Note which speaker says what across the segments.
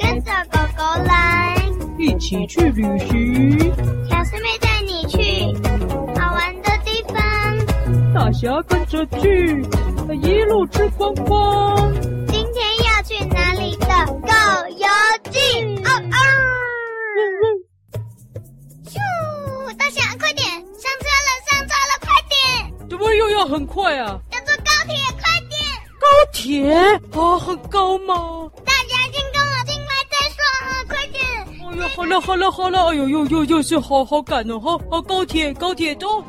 Speaker 1: 跟着狗狗来，
Speaker 2: 一起去旅行，
Speaker 1: 小师妹带你去好玩的地方。
Speaker 2: 大侠跟着去，一路吃光光。
Speaker 1: 今天要去哪里的狗游记？哦哦！咻，大侠，快点，上车了，上车了，快点，
Speaker 2: 怎么又要很快啊？
Speaker 1: 要坐高铁，快点！
Speaker 2: 高铁啊，很高吗？
Speaker 1: 大家先跟我进来再说啊，快点！
Speaker 2: 哎呀，好了好了好了，哎呦呦呦，又是好好赶哦，好好高铁高铁走。
Speaker 1: 啊，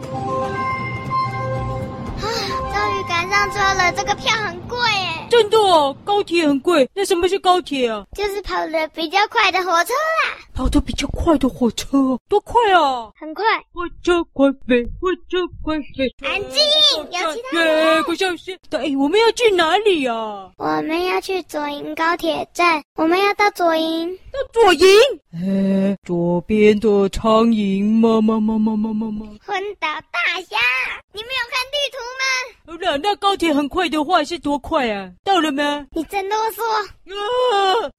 Speaker 1: 终于赶上车了，这个票很贵耶，
Speaker 2: 真的哦，高铁很贵。那什么是高铁啊？
Speaker 1: 就是跑得比较快的火车啦，
Speaker 2: 跑得比较快的火车哦，多快啊！
Speaker 1: 很快。
Speaker 2: 火车快飞，火车快飞。
Speaker 1: 安静有其他人
Speaker 2: 耶，快消失！哎，我们要去哪里啊？
Speaker 1: 我们要去左营高铁站，我们要到左营。
Speaker 2: 到左营。哎，左边的苍蝇妈妈妈妈妈妈妈。
Speaker 1: 昏倒大侠，你没有看地图吗？
Speaker 2: 好了，那高铁很快的话是多快啊？到了吗？
Speaker 1: 你真啰嗦。
Speaker 2: 啊，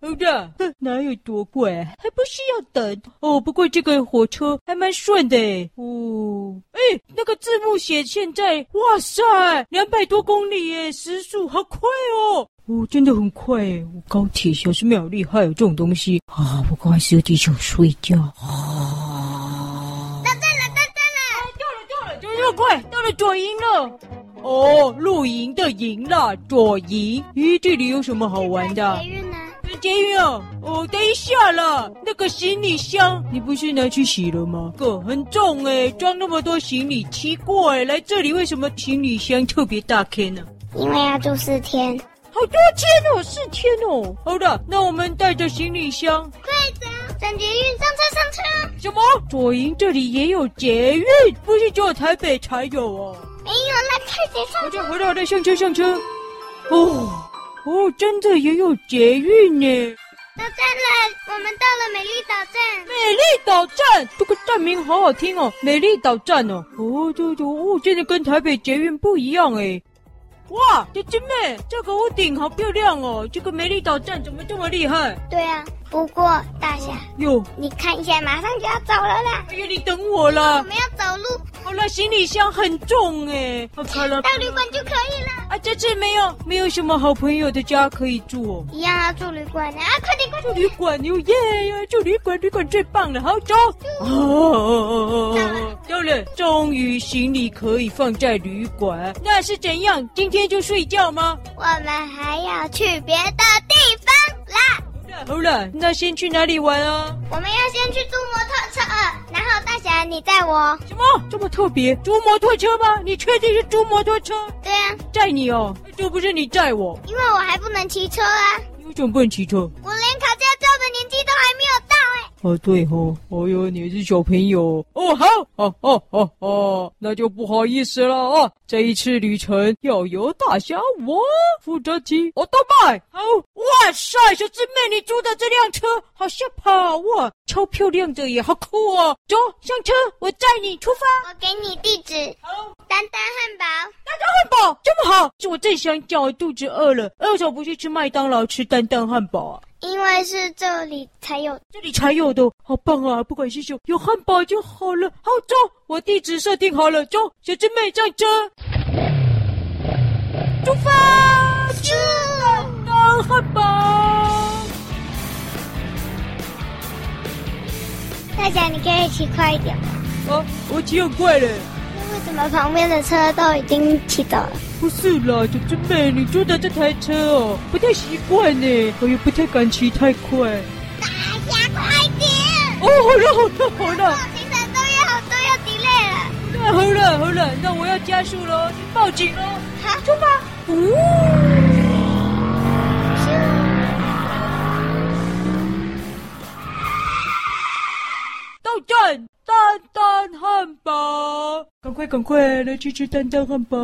Speaker 2: 好的，哼哪有多贵、啊？还不是要等哦。不过这个火车还蛮顺的诶哦，哎，那个字幕写现在，哇塞，两百多公里耶，时速好快哦。哦，真的很快耶！哦高铁小师妹好厉害哦，这种东西啊，不过还是有点想睡觉啊。
Speaker 1: 到站了，到站了。
Speaker 2: 到了，到了，就又快到了左营了。哦，露营的营啦，左营。咦，这里有什么好玩的啊、
Speaker 1: 捷运呢？
Speaker 2: 杰云哦，哦，等一下啦，那个行李箱你不是拿去洗了吗？哥，很重哎，装那么多行李，奇怪，来这里为什么行李箱特别大坑呢、
Speaker 1: 因为要住四天。
Speaker 2: 好多天哦，四天哦。好的，那我们带着行李箱，
Speaker 1: 快走，上捷运，上车，上车。
Speaker 2: 什么？左营这里也有捷运，不是只有台北才有哦。
Speaker 1: 没有了，快点上
Speaker 2: 好。的，好的，好的，上车，上车。哦，哦，真的也有捷运呢。
Speaker 1: 到站了，我们到了美丽岛站。
Speaker 2: 美丽岛站，这个站名好好听哦，美丽岛站哦，哦，这这哦，真的跟台北捷运不一样哎。哇，姐姐妹，这个屋顶好漂亮哦！这个美丽岛站怎么这么厉害？
Speaker 1: 对啊，不过大侠，
Speaker 2: 哟，
Speaker 1: 你看一下，马上就要走了啦。
Speaker 2: 哎呀，你等我
Speaker 1: 我
Speaker 2: 啦！
Speaker 1: 们要走路，
Speaker 2: 好了，行李箱很重哎，好卡了
Speaker 1: 到。旅馆就可以了。
Speaker 2: 啊，这次没有没有什么好朋友的家可以住哦。
Speaker 1: 一样要住旅馆呢啊！快点，快
Speaker 2: 住
Speaker 1: 点。
Speaker 2: 旅馆哟耶呀！住旅馆，旅馆最棒了，好走。哦哦哦哦！到了，终于行李可以放在旅馆，那是怎样？今天就睡觉吗？
Speaker 1: 我们还要去别的地方啦。
Speaker 2: 好了好了，那先去哪里玩啊？
Speaker 1: 我们要先去租摩托车，呃然后大侠你载我。
Speaker 2: 什么这么特别？租摩托车吗？你确定是租摩托车？
Speaker 1: 对啊，
Speaker 2: 载你哦，这不是你载我？
Speaker 1: 因为我还不能骑车啊，
Speaker 2: 你为什么不能骑车？
Speaker 1: 我连考驾照的年纪都还没有到哎、
Speaker 2: 哦，对哦，哦哟，你是小朋友哦，好，哦哦哦哦，那就不好意思了哦。这一次旅程要由大侠我负责骑奥特曼。好，哇塞，小师妹，你租的这辆车好像跑哇，超漂亮的耶，好酷哦！走，上车，我载你出发。
Speaker 1: 我给你地址，
Speaker 2: 好，
Speaker 1: 丹丹汉堡。
Speaker 2: 大家汉堡这么好，是我正想叫，我肚子饿了，饿着不去吃麦当劳，吃蛋蛋汉堡啊。
Speaker 1: 因为是这里才有，
Speaker 2: 这里才有的，好棒啊！不管是什么，有汉堡就好了。好，走，我地址设定好了，走，小智妹上车，出发，去当汉堡。
Speaker 1: 大侠你可以骑快一点吗，
Speaker 2: 啊，我骑很快嘞。
Speaker 1: 那为什么旁边的车都已经骑走了？
Speaker 2: 不是啦，小智妹，你坐的这台车哦，不太习惯呢，我也不太敢骑太快。
Speaker 1: 大侠快点！
Speaker 2: 哦，好了好了好了，
Speaker 1: 行程都约好，都要 delay 了。
Speaker 2: 那好了好了，那我要加速喽，去报警喽。
Speaker 1: 好，出发。
Speaker 2: 到站，蛋蛋汉堡，赶快赶快来吃吃蛋蛋汉堡。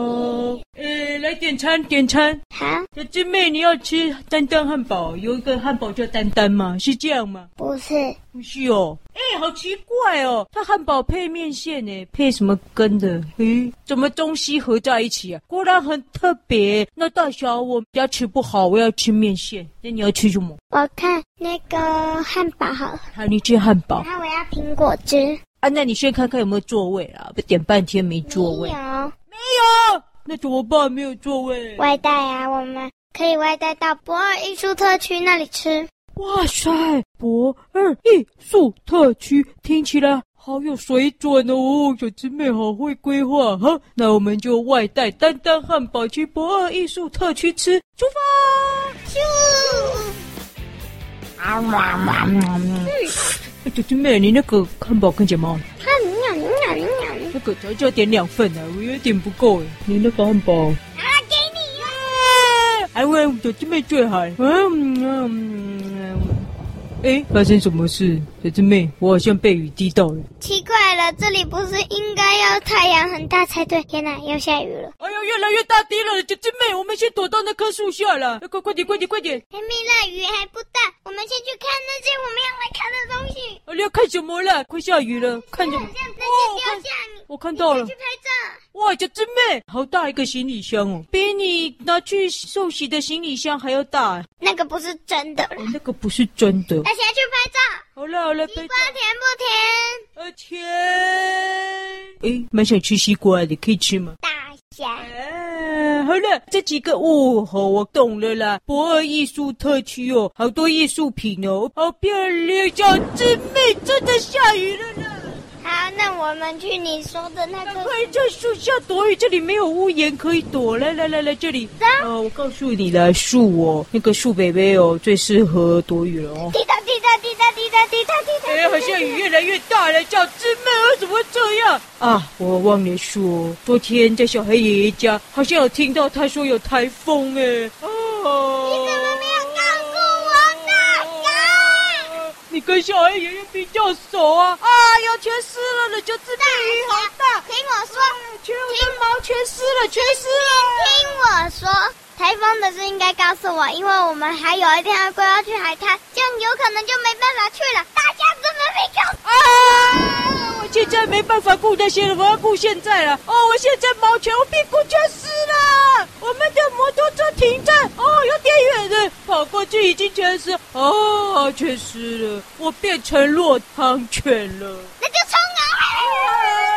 Speaker 2: 诶，来来点餐，点餐。
Speaker 1: 好，
Speaker 2: 小师妹，你要吃丹丹汉堡？有一个汉堡叫丹丹吗？是这样吗？
Speaker 1: 不是，
Speaker 2: 不是哦。哎、好奇怪哦，它汉堡配面线呢，配什么根的？咦、怎么中西合在一起啊？果然很特别。那大侠，我牙齿不好，我要吃面线。那你要吃什么？
Speaker 1: 我看那个汉堡好了，
Speaker 2: 好，你吃汉堡
Speaker 1: 然后我要苹果汁。
Speaker 2: 啊？那你先看看有没有座位啦，不点半天没座位
Speaker 1: 没。有
Speaker 2: 没有，啊那怎么办？没有座位。
Speaker 1: 外带啊，我们可以外带到博尔艺术特区那里吃。
Speaker 2: 哇塞，博二艺术特区听起来好有水准哦，小师妹好会规划哈。那我们就外带丹丹汉堡去博二艺术特区吃，出发！
Speaker 1: 咻！
Speaker 2: 哎小师妹，你那个汉堡看起来蛮好吃
Speaker 1: 它喵喵喵喵！
Speaker 2: 那个才叫点两份啊，我有点不够哎。你那个汉堡，
Speaker 1: 啊，给你了！
Speaker 2: 哎喂，小师妹最好。嗯嗯嗯。哎，发生什么事？小师妹，我好像被雨滴到了。
Speaker 1: 奇怪了，这里不是应该要太阳很大才对？天哪，要下雨了！
Speaker 2: 哎呦，越来越大滴了，姐姐妹，我们先躲到那棵树下了。哎快快点，快点，快点！
Speaker 1: 还没那雨还不大，我们先去看那些我们要来看的东西。
Speaker 2: 啊，你要看什么了？快下雨了，看什么？
Speaker 1: 这样直
Speaker 2: 哦
Speaker 1: 接掉下你，
Speaker 2: 我看到了
Speaker 1: 你去，拍
Speaker 2: 哇，姐姐妹，好大一个行李箱哦，比你拿去寿喜的行李箱还要大。哦
Speaker 1: 照。那个不是真的啦，
Speaker 2: 那个不是真的。
Speaker 1: 大家去拍照。
Speaker 2: 好了好了，
Speaker 1: 西
Speaker 2: 拜
Speaker 1: 瓜甜不甜？
Speaker 2: 拜。而且，哎，蛮想吃西瓜的，可以吃吗？
Speaker 1: 大侠，
Speaker 2: 哎，好了，这几个哦，好，我懂了啦。博尔艺术特区哦，好多艺术品哦，好漂亮！小师妹，真的下雨了啦，
Speaker 1: 好，那我们去你说的那
Speaker 2: 赶
Speaker 1: 个
Speaker 2: 快在树下躲雨，这里没有屋檐可以躲。来来来来，这里。哦，我告诉你了，树哦，那个树北北哦，最适合躲雨了哦。
Speaker 1: 滴答滴答滴答滴答滴答滴答。
Speaker 2: 哎，好像雨越来越大了，小师妹为什么会这样啊？我忘了说，昨天在小黑爷爷家，好像有听到他说有台风哎。哦，你
Speaker 1: 怎么没有告诉我呢？
Speaker 2: 哦你跟小黑爷爷比较熟啊！啊，要全湿了呢，小师妹雨好大，
Speaker 1: 听我说，
Speaker 2: 全我的毛全湿了，全湿了。
Speaker 1: 听我说。台风的事应该告诉我，因为我们还有一天要归要去海滩，这样有可能就没办法去了。大家怎么没告诉
Speaker 2: 啊！我现在没办法顾那些了，我要顾现在了。哦，我现在毛全我屁股全湿了。我们的摩托车停站，哦，有点远了，跑过去已经全湿，哦，全湿了，我变成落汤犬了。
Speaker 1: 那就冲啊！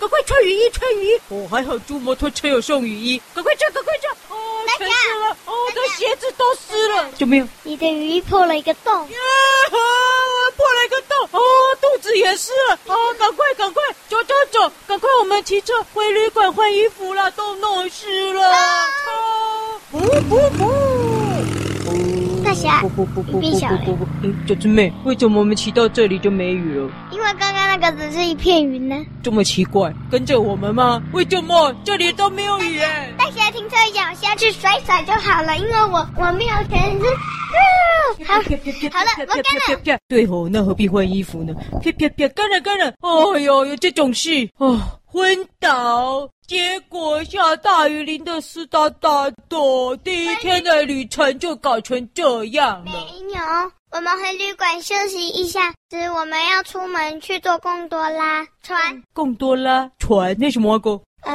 Speaker 2: 赶快穿雨衣，穿雨衣！哦，还好租摩托车有送雨衣，赶快穿，赶快穿！哦，
Speaker 1: 大
Speaker 2: 全
Speaker 1: 家
Speaker 2: 湿了，哦，我的
Speaker 1: 大家
Speaker 2: 鞋子都湿了，怎么样？
Speaker 1: 你的雨衣破了一个洞，
Speaker 2: 呀！破了一个洞，哦，肚子也湿了，哦，赶快赶快，走走走，赶快我们骑车回旅馆换衣服啦，都弄湿了。哦，不不不，
Speaker 1: 大侠
Speaker 2: 不不不不不
Speaker 1: 你变
Speaker 2: 不
Speaker 1: 小了
Speaker 2: 不不，哎，小师妹，为什么我们骑到这里就没雨了？
Speaker 1: 因为刚刚那个只是一片云呢。
Speaker 2: 这么奇怪，跟着我们吗？为什么这里都没有雨、哎？
Speaker 1: 大侠停车一下，我下去甩甩就好了，因为我我没有全身。啊好，好 了，我干了。
Speaker 2: 了。对哦，那何必换衣服呢？啪啪啪，干了干了。哦呦，有这种事哦，昏倒。结果下大雨淋得湿哒哒的，第一天的旅程就搞成这样了。
Speaker 1: 没有，我们回旅馆休息一下，只是我们要出门去坐贡多拉船。
Speaker 2: 贡多拉船那什么狗？
Speaker 1: 呃，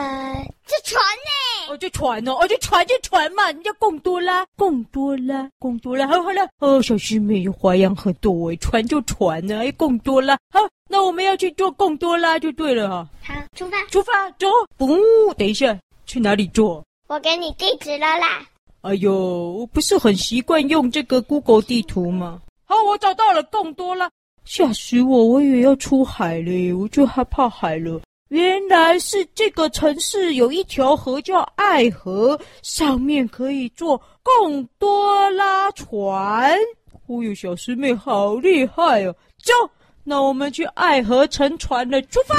Speaker 1: 这船呢、
Speaker 2: 哦，这船哦，哦，这船这船嘛，人家贡多拉，贡多拉，贡多拉，好好了，哦，小师妹有花样很多哎，船就船呢、哎，贡多拉，好，那我们要去做贡多拉就对了哈、
Speaker 1: 好，出发，
Speaker 2: 出发走。不，等一下，去哪里坐？
Speaker 1: 我给你地址了啦。
Speaker 2: 哎呦，我不是很习惯用这个 Google 地图吗？好，我找到了贡多拉，吓死我！我以为要出海嘞，我就害怕海了。原来是这个城市有一条河叫爱河，上面可以坐贡多拉船。忽悠小师妹好厉害哦！走，那我们去爱河乘船了，出发！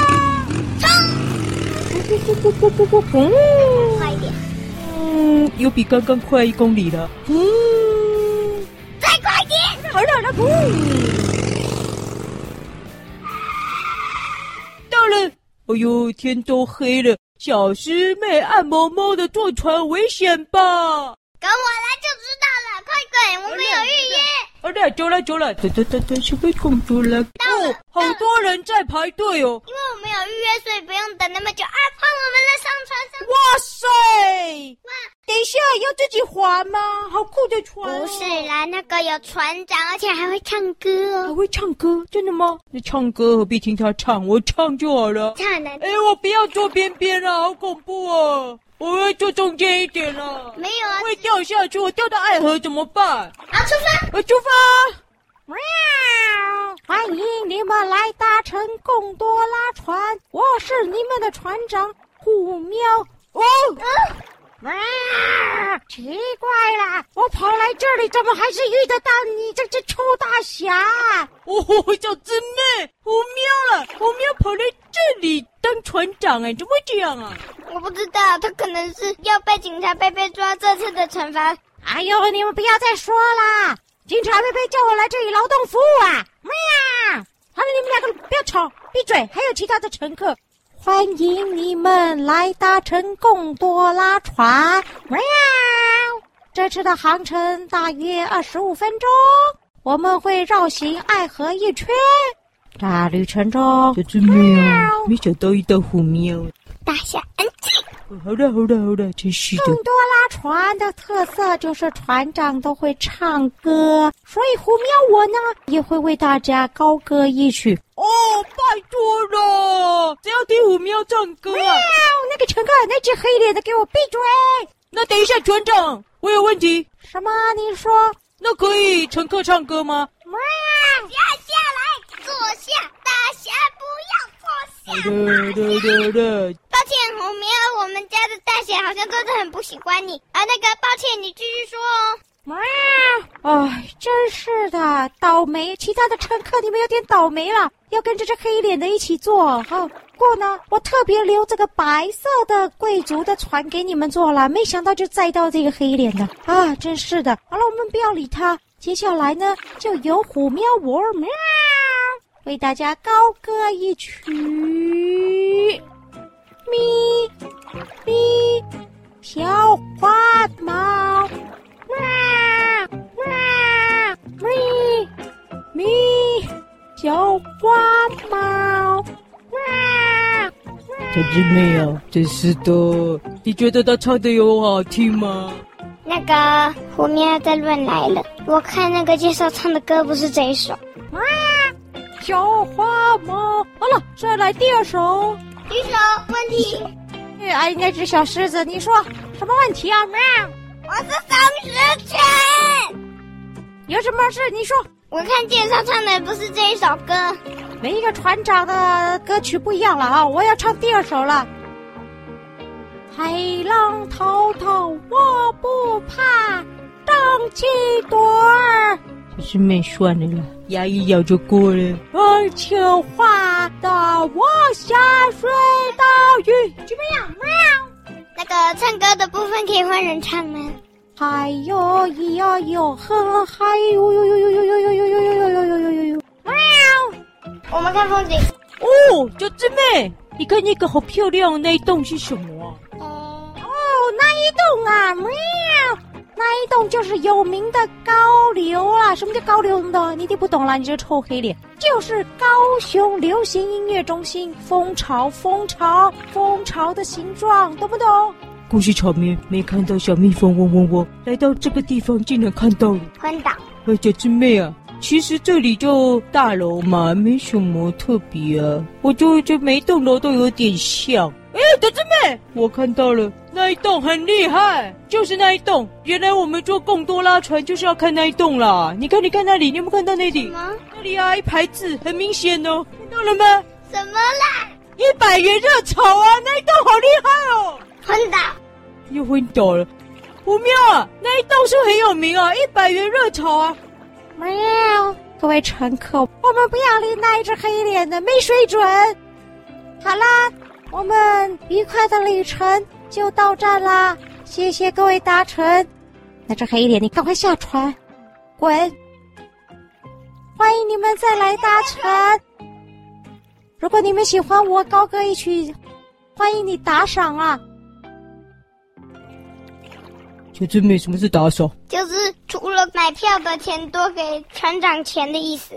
Speaker 2: 冲！不不不不不不！
Speaker 1: 快一点，
Speaker 2: 嗯，有比刚刚快一公里了。嗯，
Speaker 1: 再快一点！
Speaker 2: 好了好了，嗯，到了。哎呦，天都黑了，小师妹暗摸摸的坐船危险吧？
Speaker 1: 跟我来就知道了，快滚！我们有预约。
Speaker 2: 好了，走了走了，等等等等，小飞公主来。哦，好多人在排队哦。
Speaker 1: 因为我们有预约，所以不用等那么久啊！换我们了，上船上船。
Speaker 2: 哇塞！等一下要自己划吗？好酷的船、哦！
Speaker 1: 不是啦，那个有船长，而且还会唱歌
Speaker 2: 还
Speaker 1: 哦，
Speaker 2: 会唱歌，真的吗？你唱歌何必听他唱？我唱就好了。
Speaker 1: 唱的
Speaker 2: 哎，我不要坐边边了，好恐怖哦！我要坐中间一点了，
Speaker 1: 没有啊？
Speaker 2: 会掉下去，我掉到爱河怎么办？
Speaker 1: 好，出发！
Speaker 2: 我出发！
Speaker 3: 喵！欢迎你们来搭乘贡多拉船，我是你们的船长虎喵。
Speaker 2: 哦，
Speaker 3: 喵！啊奇怪啦，我跑来这里怎么还是遇得到你这只臭大侠？
Speaker 2: 哦，小姊妹，我喵了，啊我喵跑来这里当船长哎，怎么会这样啊？
Speaker 1: 我不知道，他可能是要被警察贝贝抓，这次的惩罚。
Speaker 3: 哎呦，你们不要再说啦！警察贝贝叫我来这里劳动服务啊！喵！好了，你们两个不要吵，闭嘴！还有其他的乘客，欢迎你们来搭乘贡多拉船。喵！这次的航程大约二十五分钟，我们会绕行爱河一圈。在旅程中，
Speaker 2: 小姊妹啊，没想到遇到虎喵。
Speaker 1: 大侠，安静！
Speaker 2: 哦好了好了好了，真是
Speaker 3: 贡
Speaker 2: 的。
Speaker 3: 多拉船的特色就是船长都会唱歌，所以虎喵我呢也会为大家高歌一曲。
Speaker 2: 哦，拜托了，谁要听虎喵唱歌啊？
Speaker 3: 喵，那个乘客，那只黑脸的，给我闭嘴！
Speaker 2: 那等一下，船长，我有问题。
Speaker 3: 什么？你说？
Speaker 2: 那可以乘客唱歌吗？
Speaker 3: 喵，
Speaker 1: 大侠下来，坐下。大侠不要坐下。抱歉，红棉儿，我们家的大侠好像真的很不喜欢你啊。那个，抱歉，你继续说哦。
Speaker 3: 喵！哎，真是的，倒霉！其他的乘客，你们有点倒霉了，要跟这只黑脸的一起坐。好，不过呢，我特别留这个白色的贵族的船给你们坐了，没想到就载到这个黑脸的啊！真是的。好了，我们不要理他。接下来呢，就由虎喵我喵为大家高歌一曲，咪咪小花猫。哇哇咪咪小花猫，哇
Speaker 2: 小姊妹啊，真是的，你觉得他唱的有好听吗？
Speaker 1: 那个红棉儿在乱来了。我看那个介绍唱的歌不是这一首。
Speaker 3: 哇小花猫。好了，再来第二首。
Speaker 1: 举手，问题。
Speaker 3: 哎，那只小狮子，你说什么问题啊？喵，
Speaker 1: 我是丧尸犬。
Speaker 3: 有什么事你说。
Speaker 1: 我看介绍唱的不是这一首歌，
Speaker 3: 每一个船长的歌曲不一样了啊！我要唱第二首了。海浪滔滔，我不怕，荡起朵儿。
Speaker 2: 小师妹算了啦，牙一咬就过了。
Speaker 3: 风情画的我下水道鱼，怎么样？
Speaker 1: 那个唱歌的部分可以换人唱吗？
Speaker 3: 嗨哟哎咿呀哟呵，嗨哟哟哟哟哟哟哟哟哟哟哟哟哟哟。
Speaker 1: 我们看风景。
Speaker 2: 哦，小姊妹，你看那个好漂亮哦，那一栋是什么啊？
Speaker 1: 嗯，
Speaker 3: 哦，那一栋啊，喵，那一栋就是有名的高流啊。什么叫高流呢？你听不懂了，你这个臭黑脸。就是高雄流行音乐中心蜂巢，蜂巢，蜂巢的形状，懂不懂？
Speaker 2: 故事场面没看到小蜜蜂嗡嗡嗡，来到这个地方竟然看到了。
Speaker 1: 昏倒。
Speaker 2: 哎，小姊妹啊，其实这里就大楼嘛，没什么特别啊。我就这每一栋楼都有点像。哎，小姊妹，我看到了那一栋很厉害，就是那一栋。原来我们坐贡多拉船就是要看那一栋啦。你看，你看那里，你有没有看到那里
Speaker 1: 什？么？
Speaker 2: 那里啊，一排字很明显哦，看到了吗？
Speaker 1: 什么啦？
Speaker 2: 一百元热炒啊，那一栋好厉害哦。
Speaker 1: 昏倒。
Speaker 2: 又昏倒了。不妙啊，那一栋是很有名啊，一百元热炒啊。
Speaker 3: 喵！各位乘客，我们不要理那一只黑脸的，没水准。好啦，我们愉快的旅程就到站啦，谢谢各位搭乘。那只黑脸，你赶快下船，滚！欢迎你们再来搭乘。如果你们喜欢我高歌一曲，欢迎你打赏啊！
Speaker 2: 小智妹，什么是打赏？
Speaker 1: 就是除了买票的钱多给船长钱的意思。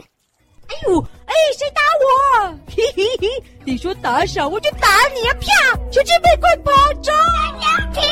Speaker 3: 哎呦，哎，谁打我？ 嘿嘿嘿，你说打赏，我就打你啊！啪！小智妹，快跑走！
Speaker 1: 杨婷。